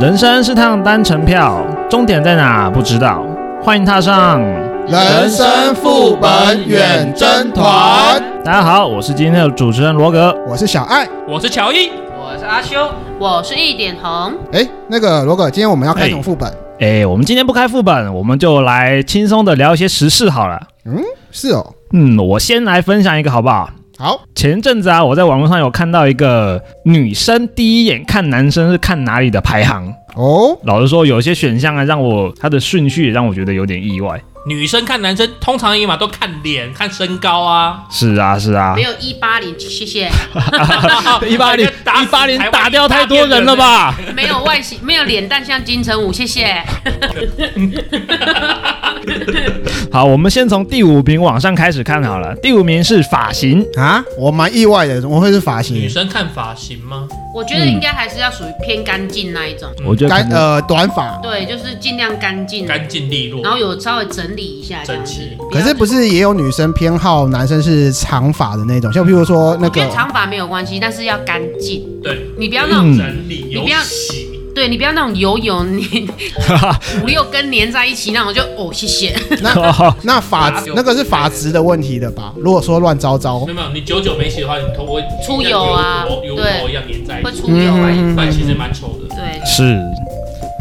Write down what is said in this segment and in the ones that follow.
人生是趟单程票，终点在哪不知道，欢迎踏上。人生副本远征团，大家好，我是今天的主持人罗格。我是小爱。我是乔伊，我是阿修，我是一点啊红，哎，那个罗哥，今天我们要开什么副本？哎，我们今天不开副本，我们就来轻松的聊一些时事好了。是哦，嗯，我先来分享一个好不好？好，前阵子啊，我在网络上有看到一个女生第一眼看男生是看哪里的排行。哦，老实说，有些选项啊，让我它的顺序也让我觉得有点意外。女生看男生通常也嘛都看脸、看身高啊。是啊，是啊没，有一八零，谢谢，一八零一八零打掉太多人了？吧？没有 外形，没有脸蛋像金城武，谢谢。好，我们先从第五名往上开始看好了。第五名是发型，啊，我蛮意外的，怎么会是发女型？生看发型吗？我觉得应该还是要属于偏干净那一种，嗯我觉得可干能呃短发，对，就是尽量干净，干净利落然，后有稍微整理一下这样整子齐。。不可要是不是也有女生偏好男生是长发的那种？像譬如说那我觉个得长发没有关系，但是要干净，对，你不要那种，嗯整理有你不要洗。对你不要那种油油黏五六根粘在一起那种，就哦谢谢。嗯 哦那发发那个是发质的问题的吧？如果说乱糟糟 没，有没有，你久久没洗的话，你头会出油啊像油头油对头一样粘在一会起，出油哎、嗯不然其实蛮丑的。对，是。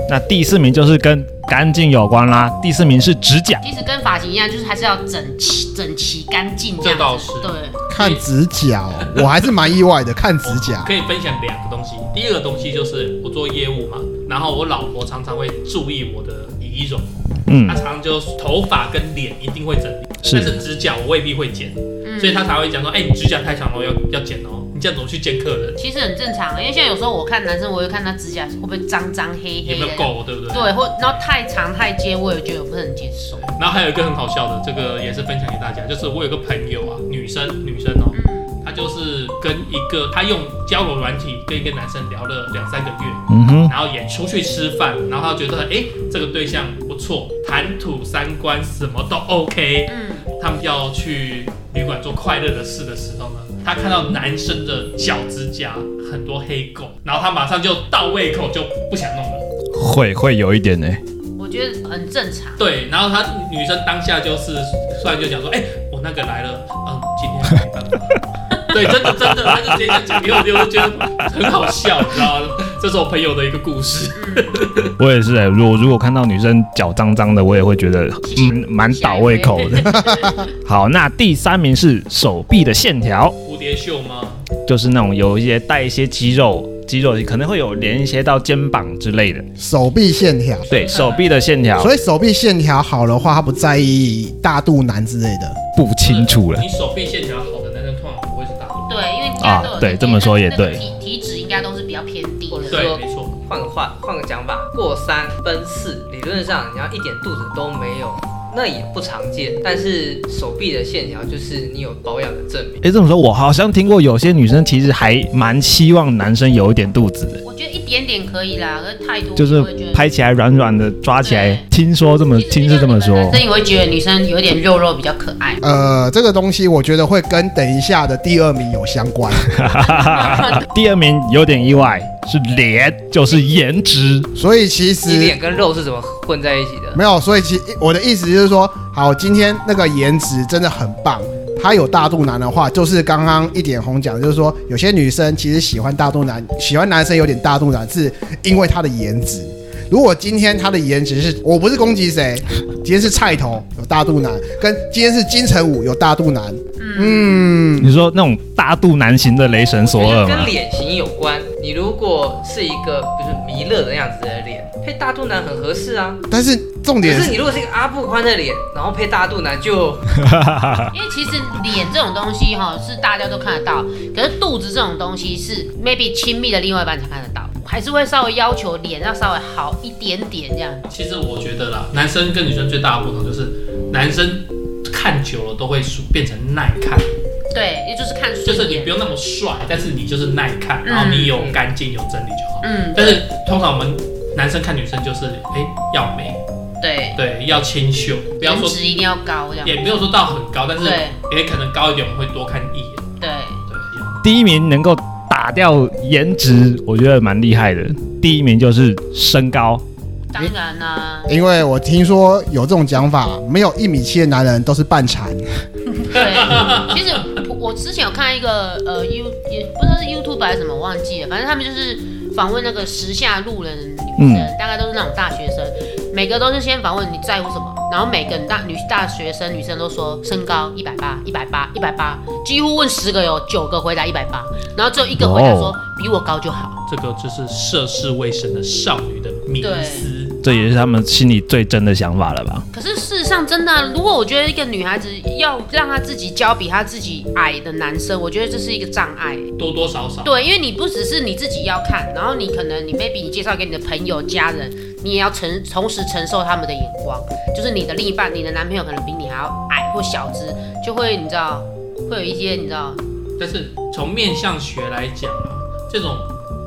那第四名就是跟干净有关啦。第四名是指甲，其实跟发型一样，就是还是要整齐、整齐、干净这这倒样是子。对，看指甲哦，我还是蛮意外的，看指甲。可以分享两个东西，第一个东西就是我做业务嘛，然后我老婆常常会注意我的仪容，嗯她，常常就头发跟脸一定会整理，但是是指甲我未必会剪，嗯所以她才会讲说，哎，你指甲太长了，要要剪哦，你这样怎么去见客人？其实很正常，因为现在有时候我看男生，我会看他指甲会不会脏脏黑有黑没的有，够，对不对？对，或然后太长太尖，我也觉得我不是很接受。然后还有一个很好笑的，这个也是分享给大家，就是我有个朋友啊，女生女生哦，嗯，她就是跟一个她用交友软体跟一个男生聊了两三个月，嗯哼，然后也出去吃饭，然后她觉得诶这个对象不错，谈吐三观什么都 OK，嗯，他们要去旅馆做快乐的事的时候呢，她看到男生的脚指甲很多黑垢，然后她马上就到胃口就不想弄了。会会有一点呢、嗯我觉得很正常。对，然后她女生当下就是突然就讲说，哎、我那个来了，嗯，今天没办法。 对，真的真的，她就直接这样讲给我听，我就觉得很好笑，你知道吗？这是我朋友的一个故事。我也是哎、如果如果看到女生脚脏脏的，我也会觉得嗯蛮倒胃口的。 好，那第三名是手臂的线条，蝴蝶袖吗？就是那种有一些带一些肌肉，肌肉可能会有连一些到肩膀之类的。手臂线条， 对，手臂的线条所以手臂线条好的话，他不在意大肚腩之类的。。不清楚了。你手臂线条好的男生通常不会是大肚对，因为应该都有啊对这么说也对体体脂应该都是比较偏低子。是的。对，说没错。换个话，换个讲法，过三分四，理论上你要一点肚子都没有，那也不常见。但是手臂的线条就是你有保养的证明。哎、这么说，我好像听过有些女生其实还蛮希望男生有一点肚子的，我觉得一点点可以啦，可是太多就是我会觉得拍起来软软的，抓起来对。听说这么听是这么说，男生也会觉得女生有点肉肉比较 可爱 呃，这个东西我觉得会跟等一下的第二名有相关，第二名有点意外，是脸，就是颜值。所以其你实脸跟肉是怎么混在一起的？没有，所以其我的意思就是说，好，今天那个颜值真的很棒。他有大肚腩的话，就是刚刚一点红讲的，就是说有些女生其实喜欢大肚腩，喜欢男生有点大肚腩，是因为他的颜值。如果今天他的颜值是，我不是攻击谁，今天是菜头有大肚腩，跟今天是金城武有大肚腩，嗯，你说那种大肚腩型的雷神索尔跟吗？脸型有关。你如果是一个就是弥勒的样子的脸，配大肚腩很合适啊。但是重可点是你如果是一个阿布宽的脸，然后配大肚腩就因为其实脸这种东西哈是大家都看得到，可是肚子这种东西是 maybe 亲密的另外一半才看得到，还是会稍微要求脸要稍微好一点点这样。其实我觉得啦，男生跟女生最大的不同就是，男生看久了都会属变成耐看，对，也就是看就是顺你眼不。用那么帅，但是你就是耐看，然后你有嗯干净有整理就好。嗯，但是通常我们男生看女生就是，哎、要美，对，对，要清秀，不要颜说值一定要高这样。也没有说到很高，但是对也可能高一点，我们会多看一眼。对，对，第一名能够打掉颜值，我觉得蛮厉害的。第一名就是身高，当然啊啦、因为我听说有这种讲法，没有一米七的男人都是半残。对，嗯其实我我之前有看一个呃 You 也不知道是 YouTube 还是什么，我忘记了，反正他们就是访问那个时下路人女生，大概都是那种大学生，每个都是先访问你在乎什么，然后每个大女大学生女生都说身高一百八、一百八、一百八，几乎问十个有九个回答一百八，然后只有一个回答说哦比我高就好。这个就是涉世未深的少女的迷思。这也是他们心里最真的想法了吧？可是事实上，真的啊、如果我觉得一个女孩子要让她自己交比她自己矮的男生，我觉得这是一个障碍。多多少少，对，因为你不只是你自己要看，然后你可能你 maybe 你介绍给你的朋友、家人，你也要承同时承受他们的眼光，就是你的另一半、你的男朋友可能比你还要矮或小只，就会你知道会有一些你知道但是从面相学来讲啊，这种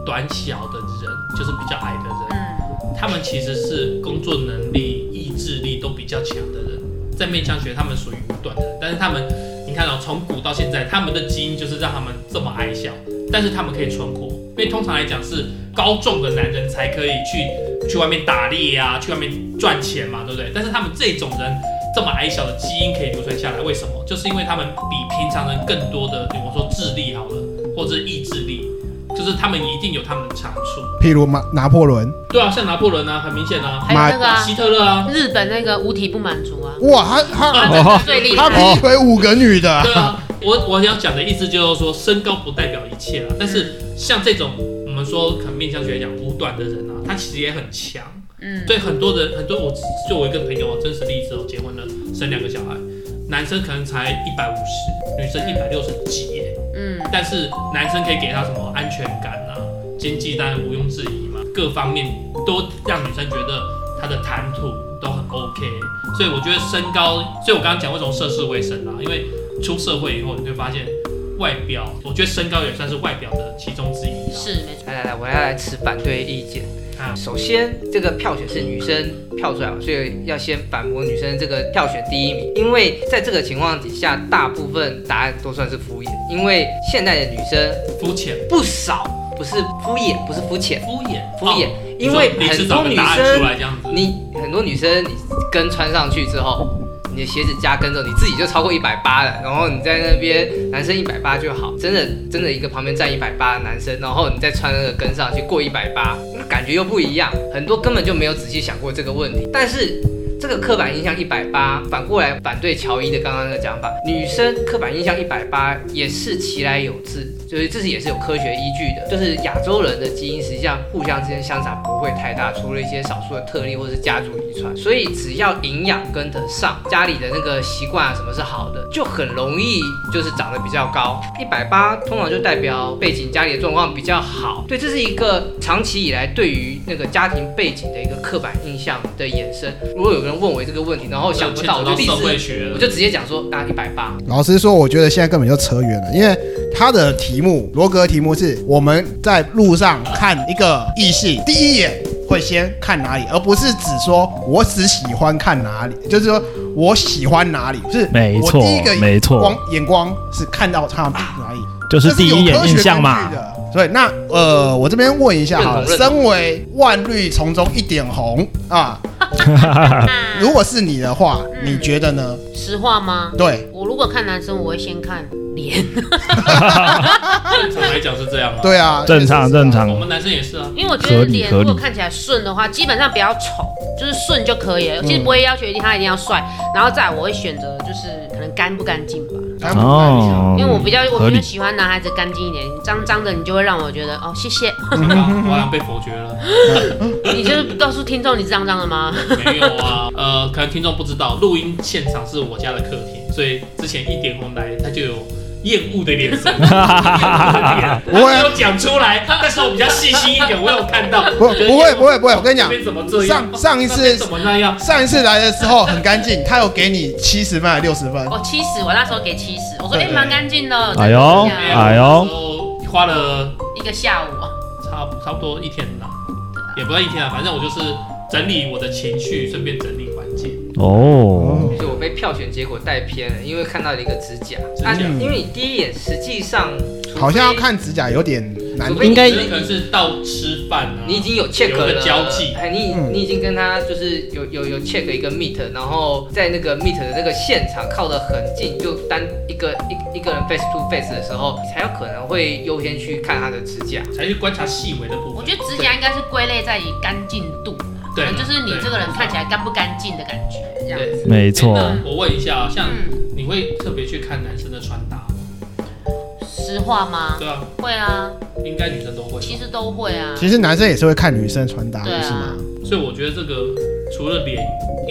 短小的人，就是比较矮的人，嗯他们其实是工作能力、意志力都比较强的人，在面相学他们属于无短的人，但是他们，你看哦，从古到现在，他们的基因就是让他们这么矮小，但是他们可以存活，因为通常来讲是高中的男人才可以去去外面打猎啊，去外面赚钱嘛，对不对？但是他们这种人。这么矮小的基因可以流传下来，为什么？就是因为他们比平常人更多的，比如说智力好了，或者意志力，就是他们一定有他们的长处。譬如拿拿破仑，对啊，像拿破仑啊，很明显啊，还有那个、啊希、特勒啊，日本那个五体不满足啊，哇，他他哦，最厉他害。劈腿五个女的，对啊， 我我要讲的意思就是说，身高不代表一切啊。但是像这种我们说可能面向学来讲武短的人啊，他其实也很强。嗯，对很多人，很多我就我一个朋友，真实例子哦，结婚了，生两个小孩，男生可能才一百五十，女生一百六十几耶。嗯，但是男生可以给她什么安全感啊，经济当然毋庸置疑嘛，各方面都让女生觉得她的谈吐都很 OK。所以我觉得身高，所以我刚刚讲为什么涉世未深啊，因为出社会以后你会发现外表，我觉得身高也算是外表的其中之一啊。是没错。来来来，我要来持反对意见。啊首先，这个票选是女生票出来嘛，所以要先反驳女生这个票选第一名，因为在这个情况底下，大部分答案都算是敷衍，因为现代的女生肤浅，不少不是敷衍，不是肤浅，敷衍，敷衍哦，因为你说临时很找多个女答案出生，来这样子，你很多女生你跟穿上去之后，你的鞋子加跟之后，你自己就超过一百八了，然后你在那边男生一百八就好，真的真的一个旁边站一百八的男生，然后你再穿那个跟上去过一百八，那感觉又不一样，很多根本就没有仔细想过这个问题，但是。这个刻板印象一百八，反过来反对乔伊的刚刚那个讲法，女生刻板印象一百八也是其来有自，就是这是也是有科学依据的，就是亚洲人的基因实际上互相之间相差不会太大，除了一些少数的特例或是家族遗传，所以只要营养跟得上，家里的那个习惯啊什么是好的，就很容易就是长得比较高，一百八通常就代表背景家里的状况比较好，对，这是一个长期以来对于那个家庭背景的一个刻板印象的衍生。如果有个人问我这个问题，然后想不到，我就牵立扯到社会志，学我了，就直接讲说啊一百八，老实说，我觉得现在根本就扯远了，因为他的题目罗格的题目是我们在路上看一个异性，第一眼会先看哪里，而不是只说我只喜欢看哪里，就是说我喜欢哪里，是没我错第一个没错光眼光是看到他哪里，就是第一眼印象这嘛是有科学根据。的。对，那呃，我这边问一下哈，认同认同身为万绿丛中一点红啊，啊如果是你的话，嗯你觉得呢？实话吗？对我如果看男生，我会先看脸，正常来讲是这样啊。对啊，正常确实是啊正常我，们男生也是啊，因为我觉合得理脸合如理果看起来顺的话，基本上不要丑，就是顺就可以嗯了。其实不会要求一定他一定要帅，然后再来我会选择就是可能干不干净吧，咱们看一下哦因为我比较合我比理较喜欢男孩子干净一点，脏脏的你就会让我觉得哦谢谢。我好像被否决了。你就是告诉听众你脏脏的吗？嗯没有啊，呃，可能听众不知道，录音现场是我家的客厅，所以之前一点红来，他就有厌恶的眼 神，厌恶的脸他没有讲出来，但是我比较细心一点，我有看到，不觉得不会不会不会，我跟你这讲，边怎么这样？上上一次那边怎么那样？上一次来的时候很干净，他有给你七十分还六十分，我哦七十，我那时候给七十，我说对哎对蛮干净的，哎呦我再没看一有下哎呦那时候花了一个下午，啊差不差不多一天啦，也不算一天啦，啊反正我就是整理我的情绪，顺便整理环境。哦，所以我被票选结果带偏了，因为看到了一个指甲指，甲啊，因为你第一眼实际上好像要看指甲有点难除度非应该有的可能是到吃饭啊，哎你已经有 check 有一了个交际哎，你嗯你已经跟他就是有有有 check 一个 meet，然后在那个 meet 的那个现场靠得很近，就单一个一一个人 face to face 的时候，你才有可能会优先去看他的指甲。才去观察细微的部我分。觉得指甲应该是归类在于干净度啦，可对能就是你对这个人看起来干不干净的感觉这样。对，没错，哎那我问一下啊，像嗯，你会特别去看男生的穿搭吗？实话吗？对啊，会啊，应该女生都会。其实都会啊。其实男生也是会看女生穿搭，不对是吗啊？，所以我觉得这个除了脸，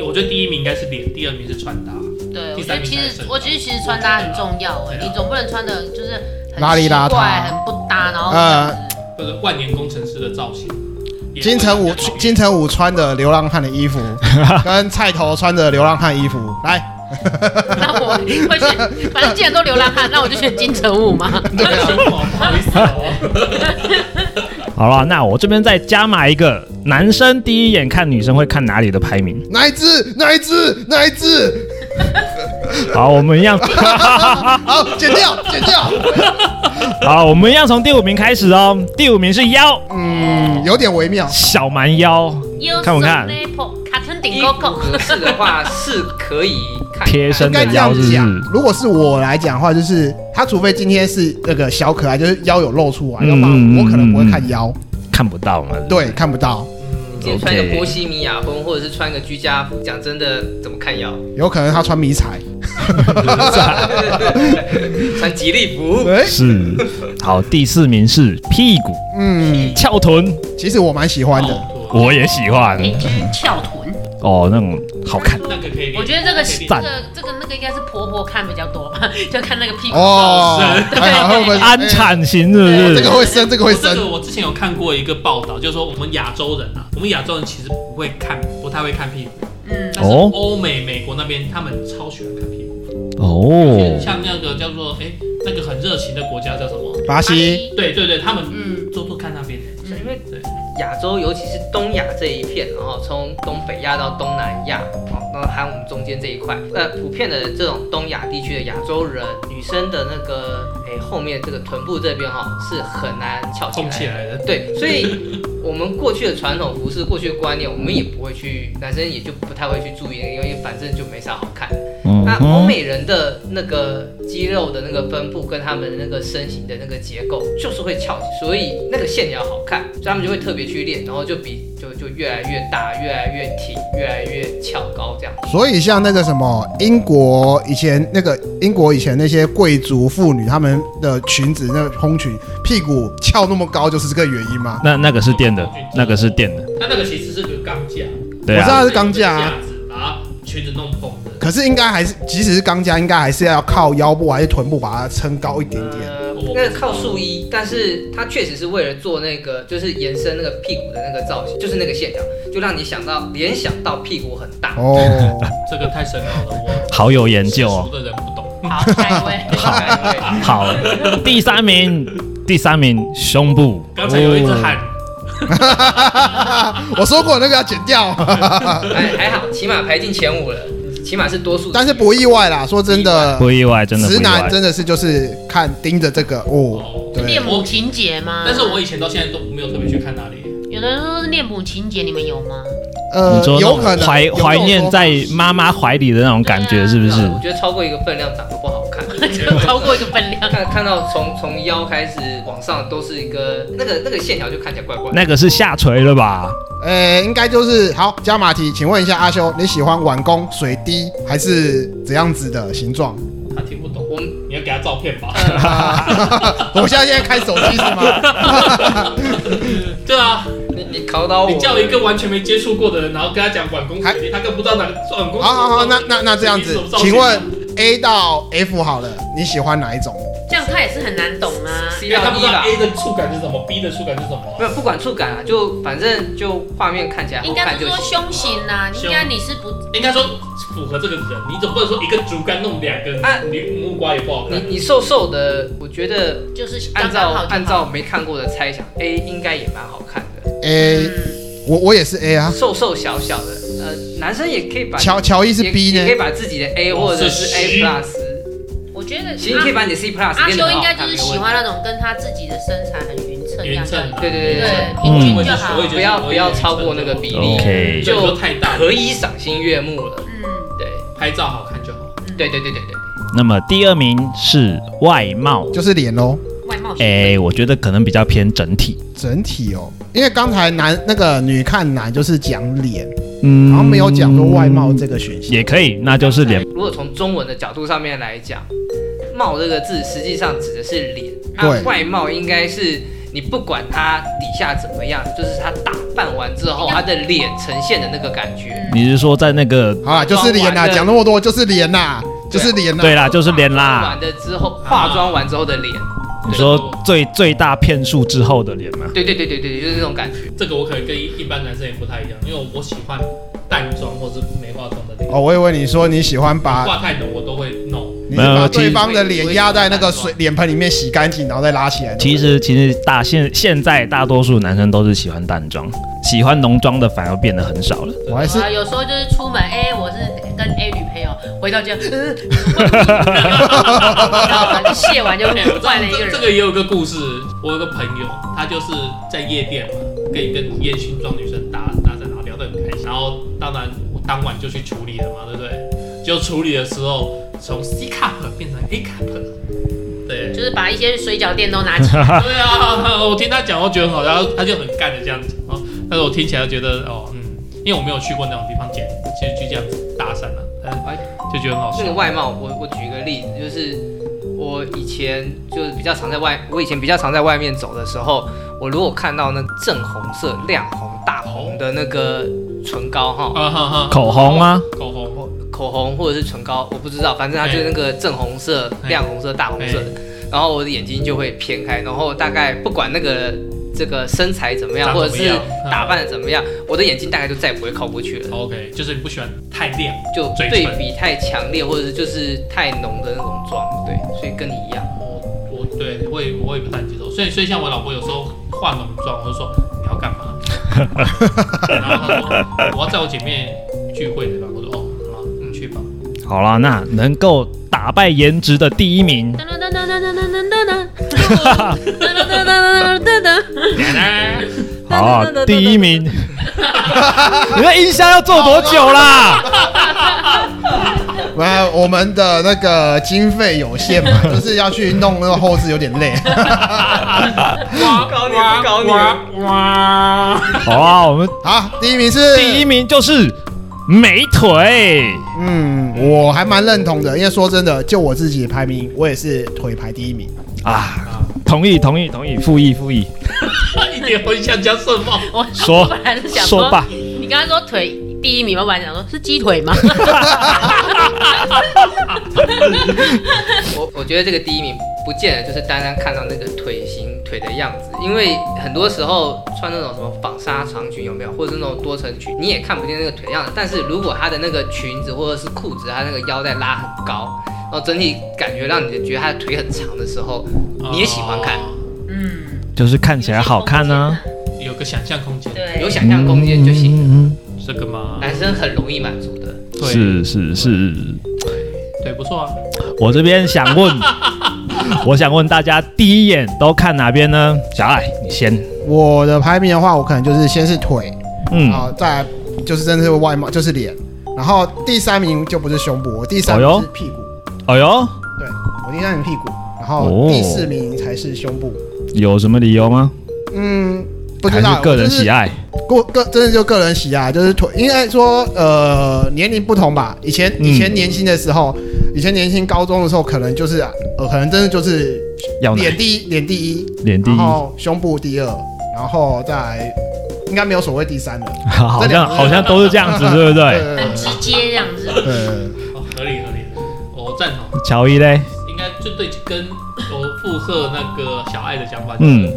我觉得第一名应该是脸，第二名是穿搭。对，我第觉三得名其才是实正我常觉得其实穿搭很重要对哎、啊你总不能穿的就是很邋里邋遢奇怪很不搭，然后这样呃子或者万年工程师的造型。也会金城武比较讨厌金城武穿的流浪汉 的衣服，跟菜头穿着流浪汉衣服，来， 那我会选，反正既然都流浪汉，那我就选金城武嘛。金 城武，不好意思哦。 好了，那我这边再加码一个，男生第一眼看女生会看哪里的排名？哪一只？哪一只？哪一只？好，我们一样， 好，剪掉，剪掉。好，我们一样从第五名开始哦。第五名是腰，嗯，有点微妙。小蛮腰，看不看卡成顶衣勾服 勾，合适的话是可以看贴身应的该腰这样是不是？讲，如果是我来讲的话，就是他除非今天是那个小可爱，就是腰有露出来，嗯要不然我可能不会嗯看腰，看不到嘛？是不是对，，看不到，嗯你今天穿一个 OK 波西米亚风，或者是穿一个居家服，讲真的，怎么 看腰？有可能他穿迷彩。穿吉利服，哎，是。好，第四名是屁股嗯，翘臀，其实我蛮喜欢的。好多我也喜欢一只翘臀。哦，那种好看。那个可以给，我觉得这个这赞个这个那个应该是婆婆看比较多吧，就看那个屁股。哦，是还好会不会安产型是不哎这个是？会生，这个会这个生。我之前有看过一个报道，就是说我们亚洲人啊，我们亚洲人其实不会看，不太会看屁股，嗯，但是哦欧美、美国那边他们超喜欢看屁股，哦，像那个叫做哎、那个很热情的国家叫什么？巴西，对对对，他们嗯，多多看那边，是因为对亚洲，尤其是东亚这一片，然后从东北亚到东南亚，哦，然后还有我们中间这一块，呃，普遍的这种东亚地区的亚洲人，女生的那个，哎，后面这个臀部这边哈、是很难翘起冲起来来的的，对，所以我们过去的传统服饰、过去的观念，我们也不会去，男生也就不太会去注意，因为反正就没啥好看。嗯那欧哼，美人的那个肌肉的那个分布跟他们的那个身形的那个结构，就是会翘起，所以那个线条好看，所以他们就会特别去练，然后就比就就越来越大，越来越挺，越来越翘高这样。所以像那个什么英国以前那个英国以前那些贵族妇女，她们的裙子那个蓬裙屁股翘那么高，就是这个原因吗？那那个是垫的，那个是垫的，它那个其实是个钢架，对我啊知道。它是钢架啊架子把它裙子弄蓬的。可是应该还是，即使是钢架，应该还是要靠腰部还是臀部把它撑高一点点。 呃，那个靠束衣，但是它确实是为了做那个，就是延伸那个屁股的那个造型，就是那个线条，就让你想到联想到屁股很大。哦，这个太深奥了，我好有研究哦世。俗的人不懂。好，下 一位。好，好，第三名，第三名胸部。刚才有一只喊，我说过那个要剪掉， 还还好，起码排进前五了，起码是多数。但是不意外啦。说真的，不意外，真的不直意男外。真的是就是看盯着这个哦哦，恋对，母情节吗？但是我以前到现在都没有特别去看那里。有的人说是恋母情节，你们有吗？呃你说，有那可种能怀有这种怀念说在妈妈怀里的那种感觉，是不是？我觉得超过一个分量长得不好 看。超过一个分量。看看到从从腰开始往上都是一个那个那个线条就看起来怪怪的。那个是下垂了吧？呃，应该就是好加马蹄，请问一下阿修，你喜欢碗弓、水滴还是怎样子的形 状？ 他听不懂，我们嗯你要给他照片吧？呃我现在现在看手机是吗？ 对啊，你你考到我，你叫一个完全没接触过的人，然后跟他讲管工学历，他更不知道哪个管工。好好好，那那那这样子，请问 A 到 F 好了，你喜欢哪一种？这样他也是很难懂啊。 C 因为他到不 E 知道吧 A？的触感是什么，B 的触感是什么没。有，不管触感啊，就反正就画面看起来好应该看不就是说行。胸型呐、应该你是不应该说符合这个人，你总不能说一个竹竿弄两个，啊你木瓜也不好你看。你瘦瘦的，我觉得就是按刚照刚好就好按照没看过的猜想，A 应该也蛮好看的， A，嗯我我也是 A 啊，瘦瘦小小的，呃，男生也可以把乔乔伊是也 B 也可以呢？把自己的 A 我或者哦是是 A C plus，我觉得其实你可以把你的 C plus 阿阿练修得很应好该就看是没问喜题欢那种跟他自己的身材很匀称称匀量称啊，对对对对平均嗯我也是我也觉得不要不要超过那个比例 OK 就就太大了，可以赏心悦目了。嗯，对拍照好看就好。对对对对对，那么第二名是外貌，就是脸哦喽，外貌协哎、会，我觉得可能比较偏整体，整体哦。因为刚才男那个女看男就是讲脸，嗯然后没有讲说外貌这个选项。也可以，那就是脸。如果从中文的角度上面来讲，“貌”这个字实际上指的是脸，那对外貌应该是你不管它底下怎么样，就是它打扮完之后，它的脸呈现的那个感觉。你是说在那个？好啦，就是脸装啦，完了讲那么多就是脸啦，就对是脸啦。啊对啊啦，就是脸化妆啦完。的之后，化妆完之后的脸，你说最最大骗术之后的脸吗？对对对对对，就是这种感觉。这个我可能跟一般男生也不太一样，因为我喜欢淡妆或是没化妆的脸，哦，我以为你说你喜欢把化太浓我都会弄。你没有把其实对方的脸压在那个水脸盆里面洗干净，然后再拉起来。其实其实大现现在大多数男生都是喜欢淡妆，喜欢浓妆的反而变得很少了。我还是啊，有时候就是出门，哎、我是跟 A 女朋友，回到家，呃，然后反正卸完就哎我知道换了一个这这人，个也有个故事，我有个朋友，他就是在夜店嘛，跟一个烟熏妆女生搭搭讪，然后聊得很开心，然后当然我当晚就去处理了嘛，对不对？就处理的时候，从 C cup 变成 A cup，了对，就是把一些水饺店都拿起来，对啊，我听他讲，我觉得很好，然后他就很干的这样子哦。但是我听起来就觉得哦，嗯，因为我没有去过那种地方剪，其实去这样子搭讪了、啊，哎就觉得很好那笑个。外貌，我我举个例子，就是我以前就是比较常在外，我以前比较常在外面走的时候，我如果看到那正红色、亮红、大红的那个唇膏哈，啊哈哈，口红吗？口红，口红或者是唇膏，我不知道，反正它就是那个正红色、哦哎亮红色、大红色的，然后我的眼睛就会偏开，然后大概不管那个这个身材怎么样，长或怎者么是样嗯打扮的怎么样，我的眼睛大概就再也不会靠过去了。 OK，就是你不喜欢太亮。就嘴对唇比太强烈，或者是就是太浓的那种妆，对，所以跟你一样。我我对我也我也不太接受，所以所以像我老婆有时候化浓妆，我就说你要干嘛？然后她说哦我要在我姐妹聚会对吧？我说哦，好，你去 吧。好啦，那能够打败颜值的第一名噔噔噔噔噔噔噔噔噔噔噔噔噔噔噔，噔噔好啊，第一名。 你的音箱要做多久啦？那我们的那个经费有限嘛， 就是要去弄那个后置有点累。 不搞你，不搞你，好啊，我们好，第一名是第一，名就是美腿。嗯，我还蛮认同的，因为说真的，就我自己排名，我也是腿排第一名。啊，同意同意同意，复议复议，一点我想讲什么？ 我说本来是想说吧，你刚才说腿第一名，我本来想说是鸡腿吗？我我觉得这个第一名不见得就是单单看到那个腿型腿的样子，因为很多时候穿那种什么纺纱长裙有没有，或者是那种多层裙，你也看不见那个腿样子。但是如果她的那个裙子或者是裤子，她那个腰带拉很高，然后整体感觉让你觉得她的腿很长的时候，你也喜欢看，哦嗯，就是看起来好看啊呢、有个想象空间。对，有想象空间就行。嗯。这个吗？男生很容易满足的，对是是是，对，不错啊。我这边想 问，我想问大家，第一眼都看哪边呢？小爱，你先。我的排名的话，我可能就是先是腿，嗯，啊，再来就是真的是外貌，就是脸，然后第三名就不是胸部，我第三哦哟名是屁股，哎呦，对我第三名屁股，然后哦第四名才是胸部。有什么理由吗？嗯，不还知道是个人喜爱，爱？个个真的就个人喜爱，就是腿，应该说呃年龄不同吧。以前嗯以前年轻的时候，以前年轻高中的时候，可能就是呃可能真的就是要奶脸第一，脸第一，脸第然一，后胸部第二，然后再来应该没有所谓第三了。 好这两像个好像都是这 样子，对不对？对很直接这样子。对，哦，合理合理，我赞同。乔伊嘞，应该就对，跟我附和那个小爱的想法，就是嗯，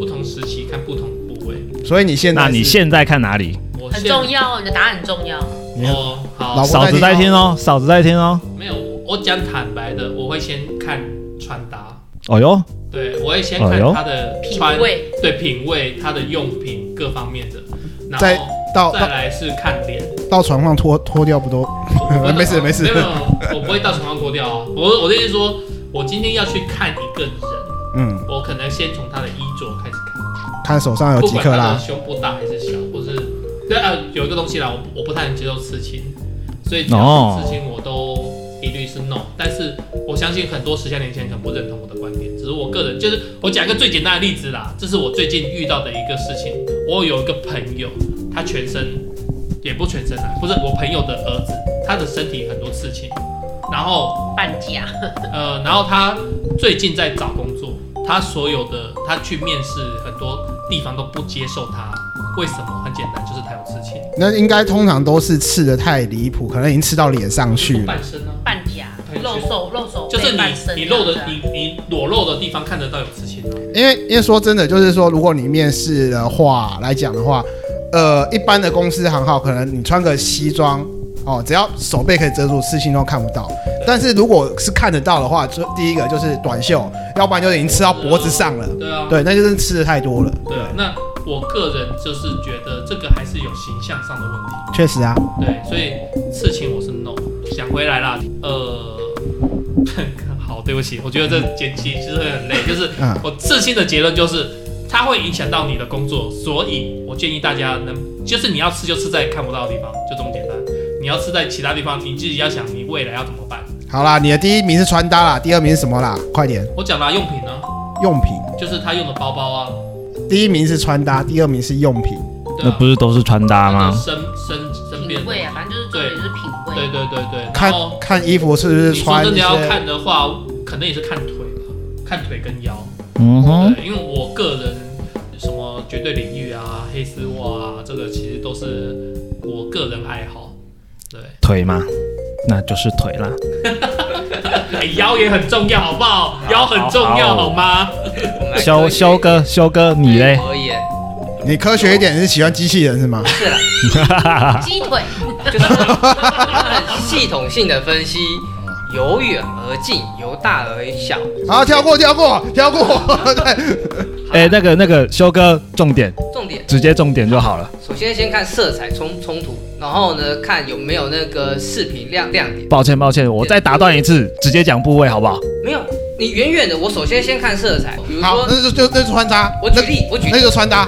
不同时期看不同部位。所以你现在那你是现在看哪里？我很现重要哦，你的答案很重要。你看哦，好老，婆嫂子在听哦，嫂子在听哦。没有，我讲坦白的，我会先看穿搭，哎啊呦，对我会先哎看呦他的品穿，味对品味，他的用品各方面的，然再后到再到来是看脸。到床上脱脱掉不都？我 没事没事没有没有，我不会到床上脱掉啊。我我的意思是说，我今天要去看一个人，嗯，我可能先从他的衣着开始看，看手上有不几管克他的拉。胸部大还是小，或是对啊，有一个东西啦，我不我不太能接受刺青，所以只要哦是刺青我都一律是 no。但是我相信很多时下年轻人可能不认同我的观点，只是我个人就是我讲一个最简单的例子啦，这是我最近遇到的一个事情。我有一个朋友，他全身也不全身啦，不是我朋友的儿子，他的身体很多刺青，然后半价，呃，然后他最近在找工作，他所有的他去面试很多地方都不接受他，为什么？很简单，就是他有刺青，那应该通常都是刺的太离谱，可能已经刺到脸上去上了。半身呢、半价，露手露手就是背半身你你露的这样子啊你你裸露的地方看得到有刺青、啊，因为因为说真的，就是说，如果你面试的话来讲的话，呃，一般的公司行号可能你穿个西装哦，只要手背可以遮住，事情都看不到。但是如果是看得到的话，就第一个就是短袖，要不然就已经吃到脖子上了。对啊，对，那就是吃的太多了。对啊。那我个人就是觉得这个还是有形象上的问题。确实啊，对，所以事情我是 no。想回来啦，呃， 好，对不起，我觉得这剪辑其实会很累。就是嗯我刺青的结论就是，它会影响到你的工作，所以我建议大家能，就是你要刺就刺在看不到的地方，就这么简单。你要刺在其他地方，你自己要想你未来要怎么办。好啦，你的第一名是穿搭啦，第二名是什么啦？快点，我讲啊啦，用品呢，用品。就是他用的包包啊，第一名是穿搭，第二名是用品。对那啊，不是都是穿搭他的啊吗？身身身边品的，味啊，啊反正就是重点就是品味。对对对对，然看后。看衣服是不是哦你说穿真一的些要看的话，可能也是看腿吧，看腿跟腰。嗯哦哼，对，因为我个人什么绝对领域啊、黑丝袜啊，这个其实都是我个人爱好。对，腿嘛，那就是腿啦。哎腰也很重要，好不好？腰很重要，好吗？我们来科修学修哥，修哥你嘞哎对？我而言，你科学一点是喜欢机器人是吗？是啦，鸡腿，就是 很系统性的分析，由远而近，由大而小。好，跳过，跳过，跳 过。对，哎，那个那个修哥，重点重点，直接重点就好了。首先先看色彩冲冲突，然后呢看有没有那个视频亮亮点。抱歉抱歉，我再打断一次，直接讲部位好不好？没有，你远远的，我首先先看色彩，比如好，说那就就那就穿搭，我举例，我举那例，就穿搭，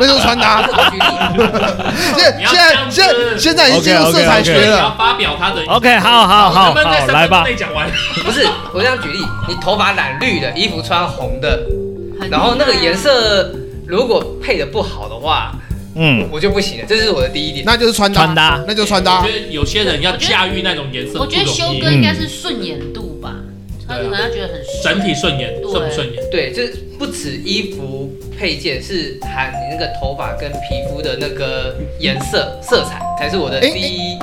那就穿搭。 我举例，现你要现这样在子现在现在已经进入色彩所学以你了。要发表他的 OK，好好好你能不能在好，三来分钟吧。内讲完。不是，我这样举例，你头发染绿的，衣服穿红的， 很然后那个颜色如果配的不好的话，嗯，我就不行了，这是我的第一点。那就是穿搭，穿搭那就穿搭我。觉得有些人要驾驭那种颜色啊我不觉容得修易哥，应该是顺眼度吧，他可能他觉得很顺整体顺眼顺不顺眼？对，就是不止衣服配件，是含你那个头发跟皮肤的那个颜色、色彩才是我的诶第一。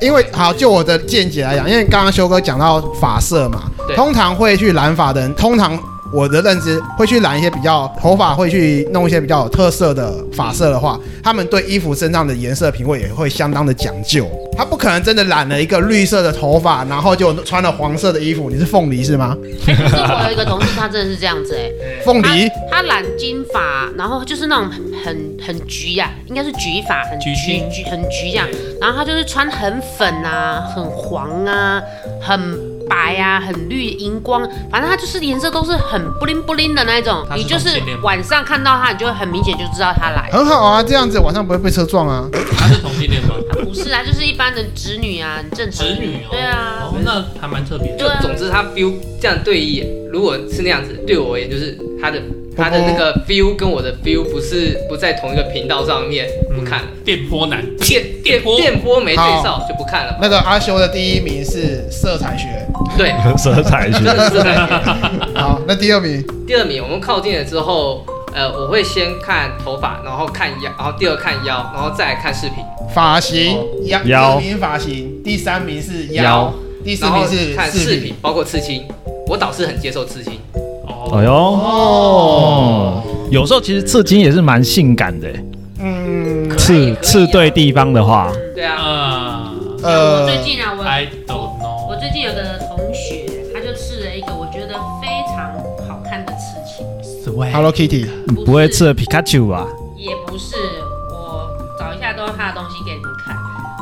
因为好，就我的见解来讲，因为刚刚修哥讲到发色嘛，对通常会去染发的人，通常我的认知会去染一些比较头发，会去弄一些比较有特色的发色的话，他们对衣服身上的颜色品味也会相当的讲究。他不可能真的染了一个绿色的头发，然后就穿了黄色的衣服。你是凤梨是吗？哎，可是我有一个同事，他真的是这样子哎，凤梨他染金发，然后就是那种很很很橘呀、应该是橘发，很橘橘青橘很橘这样，然后他就是穿很粉啊，很黄啊，很白啊，很绿荧光，反正他就是颜色都是很布灵布灵的那一种他，是你就是同性恋吗晚上看到他，你就很明显就知道他来了。很好啊，这样子晚上不会被车撞啊。他是同性恋 吗？不是啊，就是一般的直女啊，很正常。直女哦。对啊哦，，那还蛮特别的。对啊总之，它 feel 这样对一眼，如果是那样子，对我而言就是它的它的那哦个 feel 跟我的 feel 不是不在同一个频道上面，不看了。嗯电波男，电电电波电波没对上就不看了吧。那个阿修的第一名是色彩学，对，色彩真的是这样。好，那第二名第二名，我们靠近了之后，呃，我会先看头发，然后看腰，然后第二看腰，然后再来看视频，发型腰，第腰二名发型，第三名是腰腰，第四然后名是看视视频频，。包括刺青。我倒是很接受刺青， 哎哦，呦，哦，有时候其实刺青也是蛮性感的，嗯，刺刺对地方的话，对啊，啊我呃，最近啊，我，I don't 我 know。最近有个同学，他就刺了一个我觉得非常好看的刺青， Hello Kitty，你不会刺皮卡丘吧？啊也不是，我找一下都他的东西给你们看。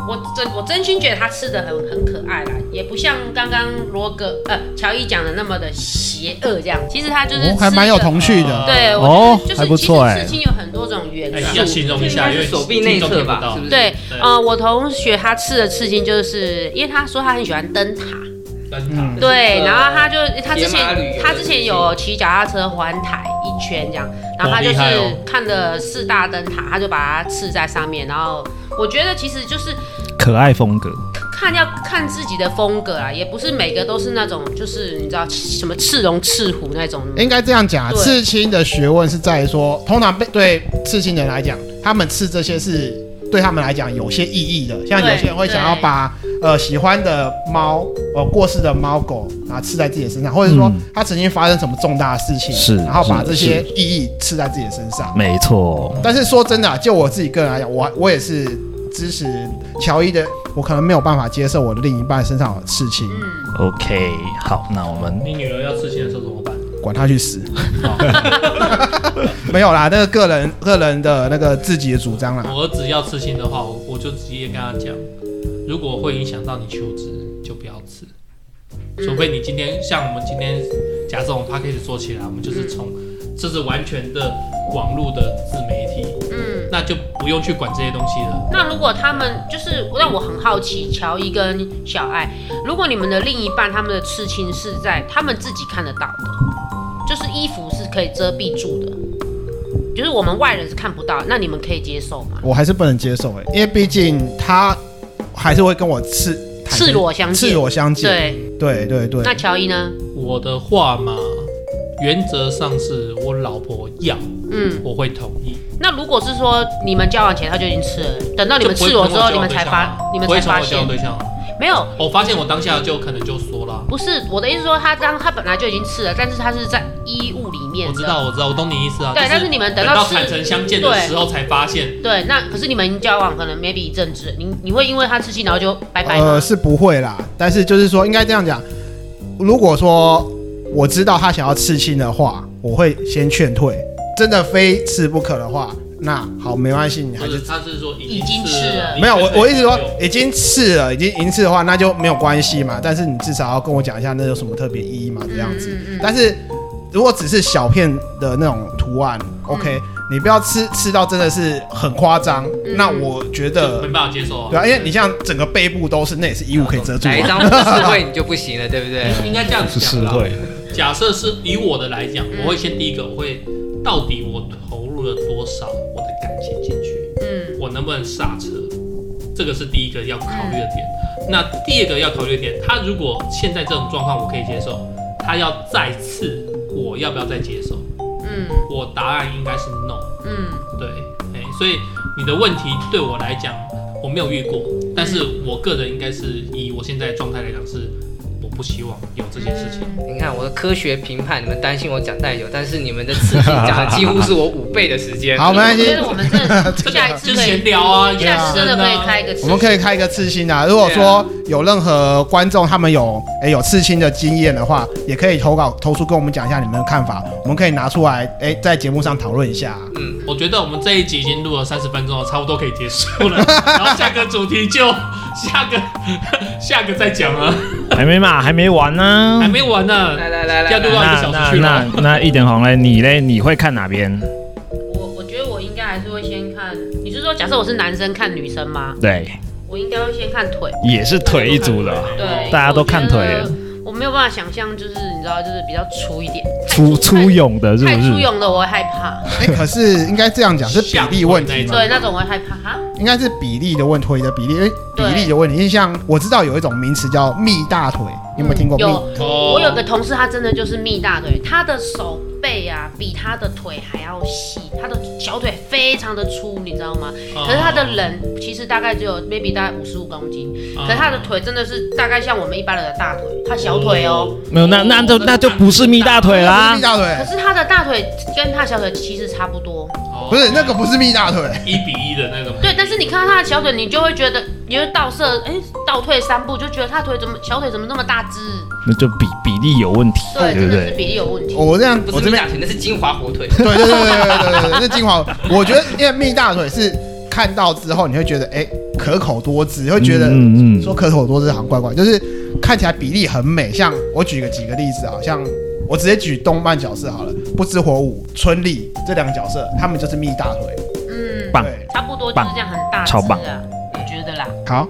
我真我真心觉得它吃的很很可爱啦，也不像刚刚罗格呃乔伊讲的那么的邪恶这样。其实它就是吃一哦个、还蛮有童趣的。对，我哦就是还不错其哎实事情有很多种元哎，素。要形容一下，因应该为是手臂内侧吧，是不是？是？对，对呃，我同学他吃的刺青，就是因为他说他很喜欢灯塔，灯塔嗯对，呃然后他就他之铁马旅游前的他之前有骑脚踏车环台一圈这样，然后他就哇厉害是哦看了四大灯塔，他就把它刺在上面，然后我觉得其实就是可爱风格，看要看自己的风格啊啦，也不是每个都是那种就是你知道什么赤龙赤虎那种，应该这样讲啊，对刺青的学问是在于说，通常被对刺青的人来讲，他们刺这些是对他们来讲有些意义的。像有些人会想要对对把呃喜欢的猫，呃过世的猫狗啊刺在自己的身上，或者说嗯他曾经发生什么重大的事情，是然后把是这些意义刺在自己的身上。没错，但是说真的、啊，就我自己个人来讲，我我也是支持乔伊的。我可能没有办法接受我的另一半身上有刺青，嗯， OK，好，那我们你女儿要刺青的时候怎么办？管他去死。没有啦，那个个人个人的那个自己的主张啦。我儿子要刺青的话，我我就直接跟他讲，如果会影响到你求职，就不要刺。除非你今天像我们今天，假设我们 p a c k a g e 做起来，我们就是从这是完全的网络的自媒体，嗯。那就不用去管这些东西了。那如果他们就是让我很好奇，乔伊跟小爱，如果你们的另一半他们的刺青是在他们自己看得到的，就是衣服是可以遮蔽住的，就是我们外人是看不到，那你们可以接受吗？我还是不能接受哎、因为毕竟他还是会跟我赤赤裸相见赤裸相见。对，对对对那乔伊呢？我的话嘛，原则上是我老婆要，嗯，我会同意。那如果是说你们交往前他就已经吃了，等到你们赤裸之后，你们才发，你们不会成为啊才发我交往现对象啊。没有。我发现我当下就可能就说了。不是我的意思说，他当他本来就已经吃了，但是他是在衣物里面我的。知道，我知道，我懂你意思啊。对就但是你们等等到到吃坦诚相见的对时候才发现，对，那可是你们交往可能 maybe 一阵子，你你会因为他刺青然后就拜拜吗？呃是不会啦，但是就是说应该这样讲，如果说我知道他想要刺青的话，我会先劝退。真的非刺不可的话，那好没关系，你还不是是，他是说已经吃吃了没有，我我一直说已经刺了，已经银刺的话，那就没有关系嘛。但是你至少要跟我讲一下，那有什么特别意义嘛？这样子。嗯嗯嗯但是如果只是小片的那种图案、o k 你不要吃吃到真的是很夸张，嗯那我觉就没得。办法接受啊。对啊，因为你像整个背部都是，那也是衣物可以遮住哪一啊。张不是会你就不行了，对不对？应该这样子讲啦。会，假设是以我的来讲，嗯我会先第一个，我会到底我投入了多少我的感情进去，呃嗯我能不能刹车，这个是第一个要考虑的点。嗯那第二个要考虑的点，他如果现在这种状况我可以接受，他要再次，我要不要再接受？嗯我答案应该是 no。嗯对，哎、所以你的问题对我来讲，我没有遇过，但是嗯我个人应该是以我现在的状态来讲，是我不希望有这件事嗯情。你看我的科学评判，你们担心我讲太久，但是你们的刺激讲的几乎是我五倍的时间。好，没关我觉系得，我们 真的下一次就可闲以，聊啊，对下啊次真的可以开一个。个，我们可以开一个刺青啊。如果说有任何观众他们有诶有刺青的经验的话，也可以投稿投出跟我们讲一下你们的看法，我们可以拿出来诶在节目上讨论一下。嗯，我觉得我们这一集已经录了三十分钟了，差不多可以结束了。然后下个主题就下个下个再讲了，嗯还没嘛，还没完呢 还。没完呢。来来来来，要录到来一那个小那时去那了。那一点红嘞，你嘞，你会看哪边？我我觉得我应该还是会先看，你是说假设我是男生看女生吗？对，我应该会先看腿，也是腿一组的，对，大家都看腿了。我没有办法想象，就是你知道，就是比较粗一点，太出出泳的，是太不粗是？勇的我会害怕，哎、可是应该这样讲，是比例问题嗯嘛？对，那种我会害怕哈。应该是比例的问题的比例，因为比对例的问题。因为像我知道有一种名词叫蜜大腿，你有没有听过？嗯有蜜，哦我有个同事，他真的就是蜜大腿，他的手背啊比他的腿还要细，他的小腿非常的粗，你知道吗？哦可是他的人其实大概只有 maybe 大概五十五公斤，嗯，可是他的腿真的是大概像我们一般人的大腿，他小腿哦。没有，那那就那就不是蜜大腿不是啦蜜。大可腿，是他的大腿跟他小腿其实差不多，哦不是那个不是蜜大腿，一比一的那个吗？对。但是你看到他的小腿，你就会觉得，你就倒射，哎、倒退三步就觉得他腿怎么小腿怎么那么大只？ 那就比比例有问题，对对，真不的是对？比例有问题。我这样不我是这蜜边 大腿，那是金华火腿。对对对对对对对，那精华，我觉得因为蜜大腿是。看到之后，你会觉得哎、可口多汁，会觉得嗯嗯嗯说可口多汁好像怪怪，就是看起来比例很美。像我举个几个例子啊，像我直接举动漫角色好了，不知火舞、春丽这两个角色，他们就是蜜大腿。嗯，棒对，差不多就是这样，很大超棒只啊，我觉得啦。好，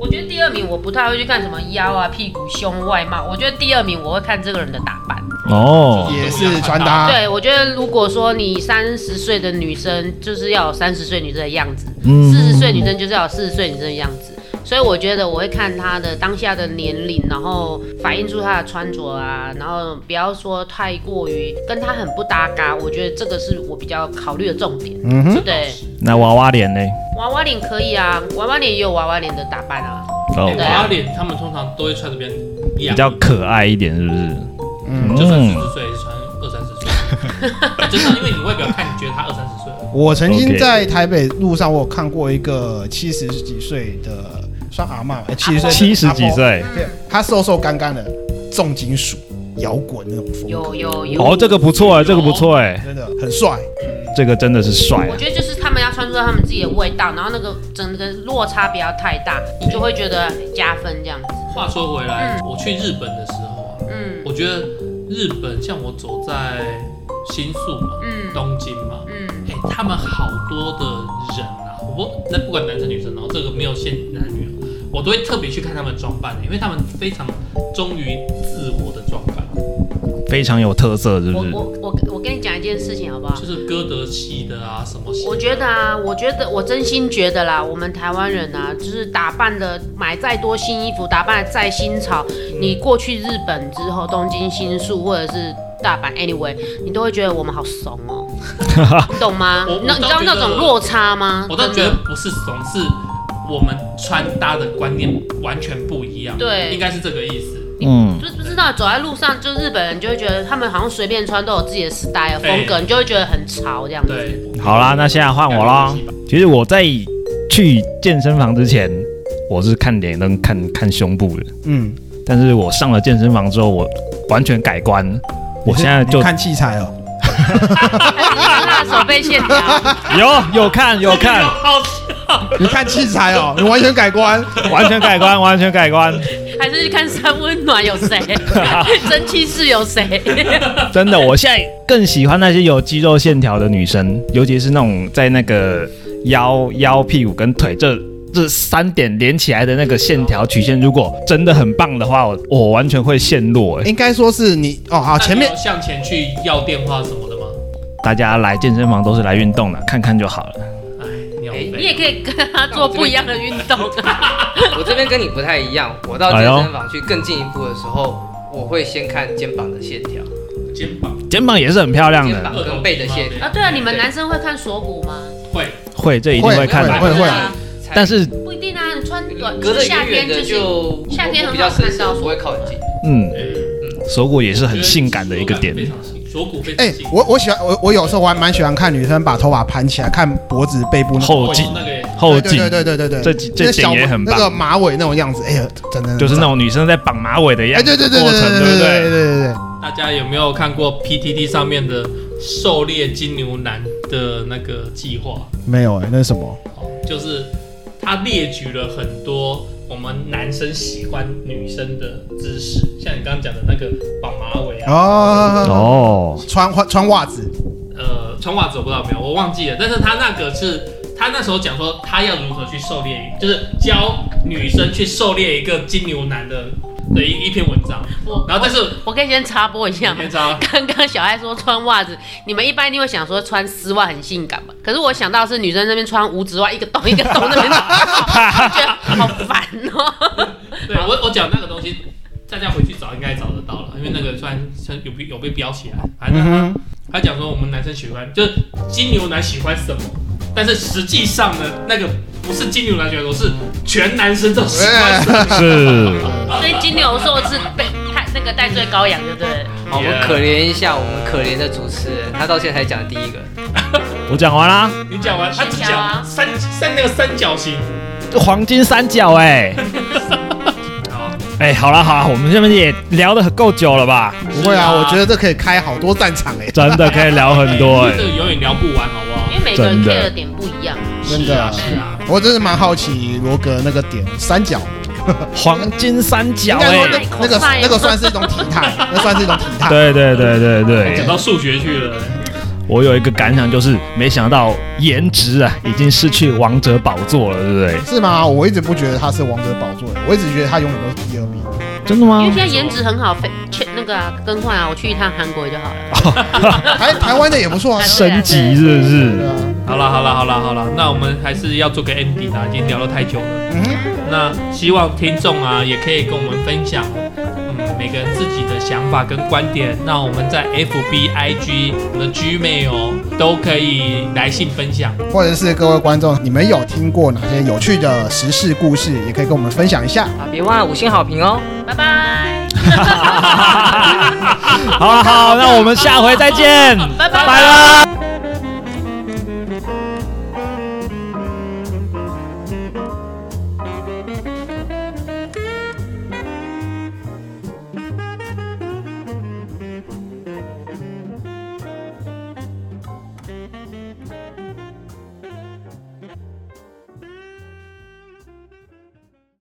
我觉得第二名我不太会去看什么腰啊、屁股、胸、外貌，我觉得第二名我会看这个人的打扮。哦，也是穿搭。对，我觉得如果说你三十岁的女生就是要有三十岁女生的样子，嗯四十岁女生就是要有四十岁女生的样子。所以我觉得我会看她的当下的年龄，然后反映出她的穿着啊，然后不要说太过于跟她很不搭嘎。我觉得这个是我比较考虑的重点。嗯哼，对，那娃娃脸呢？娃娃脸可以啊，娃娃脸也有娃娃脸的打扮啊。哦哎，对娃娃脸他们通常都会穿的比较比比较可爱一点，是不是？嗯就算四十岁也是穿二三十岁，就是因为你外表看，你觉得他二三十岁了，我曾经 OK 在台北路上，我有看过一个七十几岁的算阿嬷，七十岁的七十几阿婆，岁，对她瘦瘦干干的，重金属摇滚那种风格，有有有。哦，这个不错哎，这个不错哎，真的很帅。这个真的是帅我啊！觉得就是他们要穿出他们自己的味道，然后那个整个落差不要太大，你就会觉得加分这样子。话说回来，我去日本的时候啊，嗯我觉得日本像我走在新宿嘛，嗯东京嘛，嗯，哎、他们好多的人啊，我不那不管男生女生哦，这个没有限男女哦，我都会特别去看他们装扮的，因为他们非常忠于自我的装扮，非常有特色，是我不是？我我我跟你讲一件事情好不好就？是歌德系的啊，什么系的我觉得啊，我觉得我真心觉得啦，我们台湾人啊，就是打扮的买再多新衣服，打扮的再新潮，你过去日本之后，东京新宿或者是大阪，anyway，你都会觉得我们好怂哦、你懂吗我？那我你知倒道觉那得种落差吗？我倒真觉的得不是怂，是我们穿搭的观念完全不一样，对应该是这个意思。嗯，就是不知道走在路上，就日本人就会觉得他们好像随便穿都有自己的 style 风格，你就会觉得很潮这样子。对，好啦，那现在换我啦。其实我在去健身房之前，我是看脸跟看看胸部的，嗯，但是我上了健身房之后，我完全改观。我现在就你看器材哦，他的手背线条，有有看有 看，好，你看器材哦， 你完全改观。完全改观，完全改观，还是去看三温暖有 谁，蒸汽室有谁？真的，我现在更喜欢那些有肌肉线条的女生，尤其是那种在那个腰、腰、屁股跟腿这这三点连起来的那个线条曲线，如果真的很棒的话，我我完全会陷落、欸。应该说是你哦，啊好，前面向前去要电话什么的吗？大家来健身房都是来运动的，看看就好了。哎，你好哎你废。也可以跟他做不一样的运动啊。我这边跟你不太一样，我到健身房去更进一步的时候，我会先看肩膀的线条，肩膀肩膀也是很漂亮肩的，膀跟背的线啊，条。对啊，你们男生会看锁骨吗？会，会这一定会看会的。会对会啊，才但是，不一定啊，你穿短，隔着夏天远远就的是就夏天很好看到我比较深色，不会靠很近。嗯，哎锁骨也是很性感的一个点非。常性，锁骨非常哎性，，我我喜欢我我有时候我还蛮喜欢看女生把头发盘起来，看脖子背部那个后我颈那个也后对颈对对对对对，这几这那小点也很棒那个马尾那种样子，哎呀，真的就是那种女生在绑马尾的样哎，子对对对过对程，对对不对对？对对，大家有没有看过 PTT 上面的狩猎金牛男的那个计划？没有哎，那是什么？哦就是他列举了很多我们男生喜欢女生的姿势，像你刚刚讲的那个绑马尾啊，哦，哦，穿穿穿袜子，呃，穿袜子我不知道有没有，我忘记了。但是他那个是他那时候讲说他要如何去狩猎，就是教女生去狩猎一个金牛男的的一一篇文章。我然后但是我可以先插播一下吗你？知道 刚刚小爱说穿袜子，你们一般一定会想说穿丝袜很性感吧？可是我想到是女生那边穿五指袜，一个洞一个洞那边打，觉得好烦哦、对我我讲那个东西，大家回去找应该找得到了，因为那个虽然虽然有被有被标起来，反正嗯他哼，他讲说我们男生喜欢就是金牛男喜欢什么，但是实际上呢，那个不是金牛男喜欢什么，是全男生都喜哎欢什么。是。所以金牛座是被太那个戴罪羔羊，对不对？好，我们可怜一下我们可怜的主持人，他到现在才讲第一个。我讲完啦，你讲完，他只线条啊讲三三那个三角形。黄金三角哎、好， 哎、好啦好啦，我们这边也聊得很够久了吧？不会啊，我觉得这可以开好多战场哎，真的可以聊很多哎、这个永远聊不完，好不好？因为每个真人的 care 的点不一样。真是啊的是啊，我真的蛮好奇罗格那个点三角， 黄金三角应该哎、说那那个欸太快了那个算是一种体态，那算是一种体 态。对对对对讲对，到数学去了，我有一个感想就是，没想到颜值啊已经失去王者宝座了，对不对？是吗？我一直不觉得他是王者宝座的，我一直觉得他永远都是第二 名。真的因吗为？现在颜值很好，非切那个啊更换啊，我去一趟韩国就好了。台台湾的也不错 啊。升级是不对 是？啊，好啦好啦好啦好啦，那我们还是要做个 ending 啊啦，已经聊了太久了。嗯哼，那希望听众啊，也可以跟我们分享，嗯，每个人自己的想法跟观点。那我们在 FB、IG、我们的 Gmail 都可以来信分享。或者是各位观众，你们有听过哪些有趣的时事故事，也可以跟我们分享一下。啊，别忘了五星好评哦。拜拜，好了好，那我们下回再见，拜拜拜。了。